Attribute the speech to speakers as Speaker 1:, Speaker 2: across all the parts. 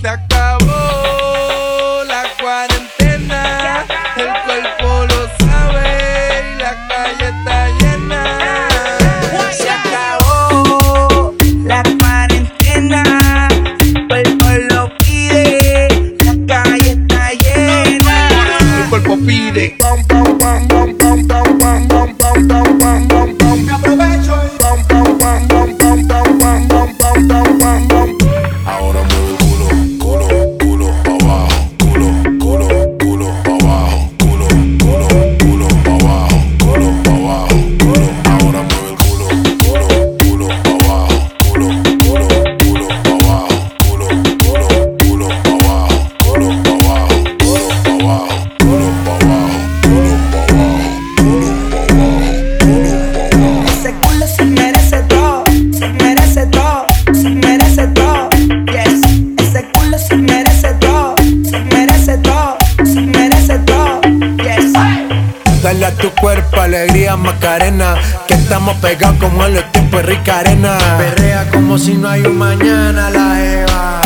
Speaker 1: Se acabó la cuarentena, el cuerpo lo sabe y la calle está llena. Se acabó la cuarentena, el cuerpo lo pide, la calle está llena. El cuerpo pide.
Speaker 2: Ahora mueve el culo, culo, culo pa' abajo, culo, culo, culo pa' abajo, culo, culo, culo pa' abajo, culo pa' abajo, culo. Ahora mueve el culo, culo, culo pa' abajo, culo, culo, culo pa' abajo, culo, culo, culo pa' abajo, culo pa' abajo, culo pa' abajo, culo pa' abajo, culo pa' abajo, culo pa' abajo, culo pa' abajo.
Speaker 1: Ese culo se merece todo, se merece todo, se merece todo, yes. Ese culo se merece todo, se merece todo, se merece todo, yes.
Speaker 3: Dale a tu cuerpo alegría, Macarena. Que estamos pegados como en los tiempos de Rica Arena. Perrea como si no hay un mañana, la Eva.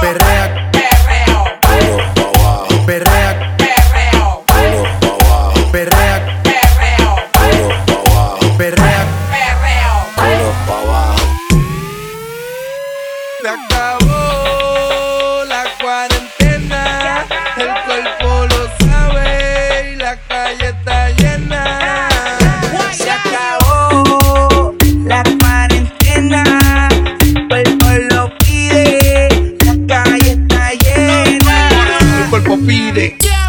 Speaker 3: Perrea,
Speaker 2: Culo pa' abajo,
Speaker 3: perrea,
Speaker 2: culo pa' abajo,
Speaker 3: perrea,
Speaker 2: culo pa' abajo.
Speaker 3: perrea.
Speaker 2: culo pa' abajo.
Speaker 1: Se acabó la cuarentena, el cuerpo lo sabe y la calle está llena. Se acabó Oh, la cuarentena, el cuerpo lo pide, la calle está llena. El cuerpo pide.
Speaker 2: Yeah.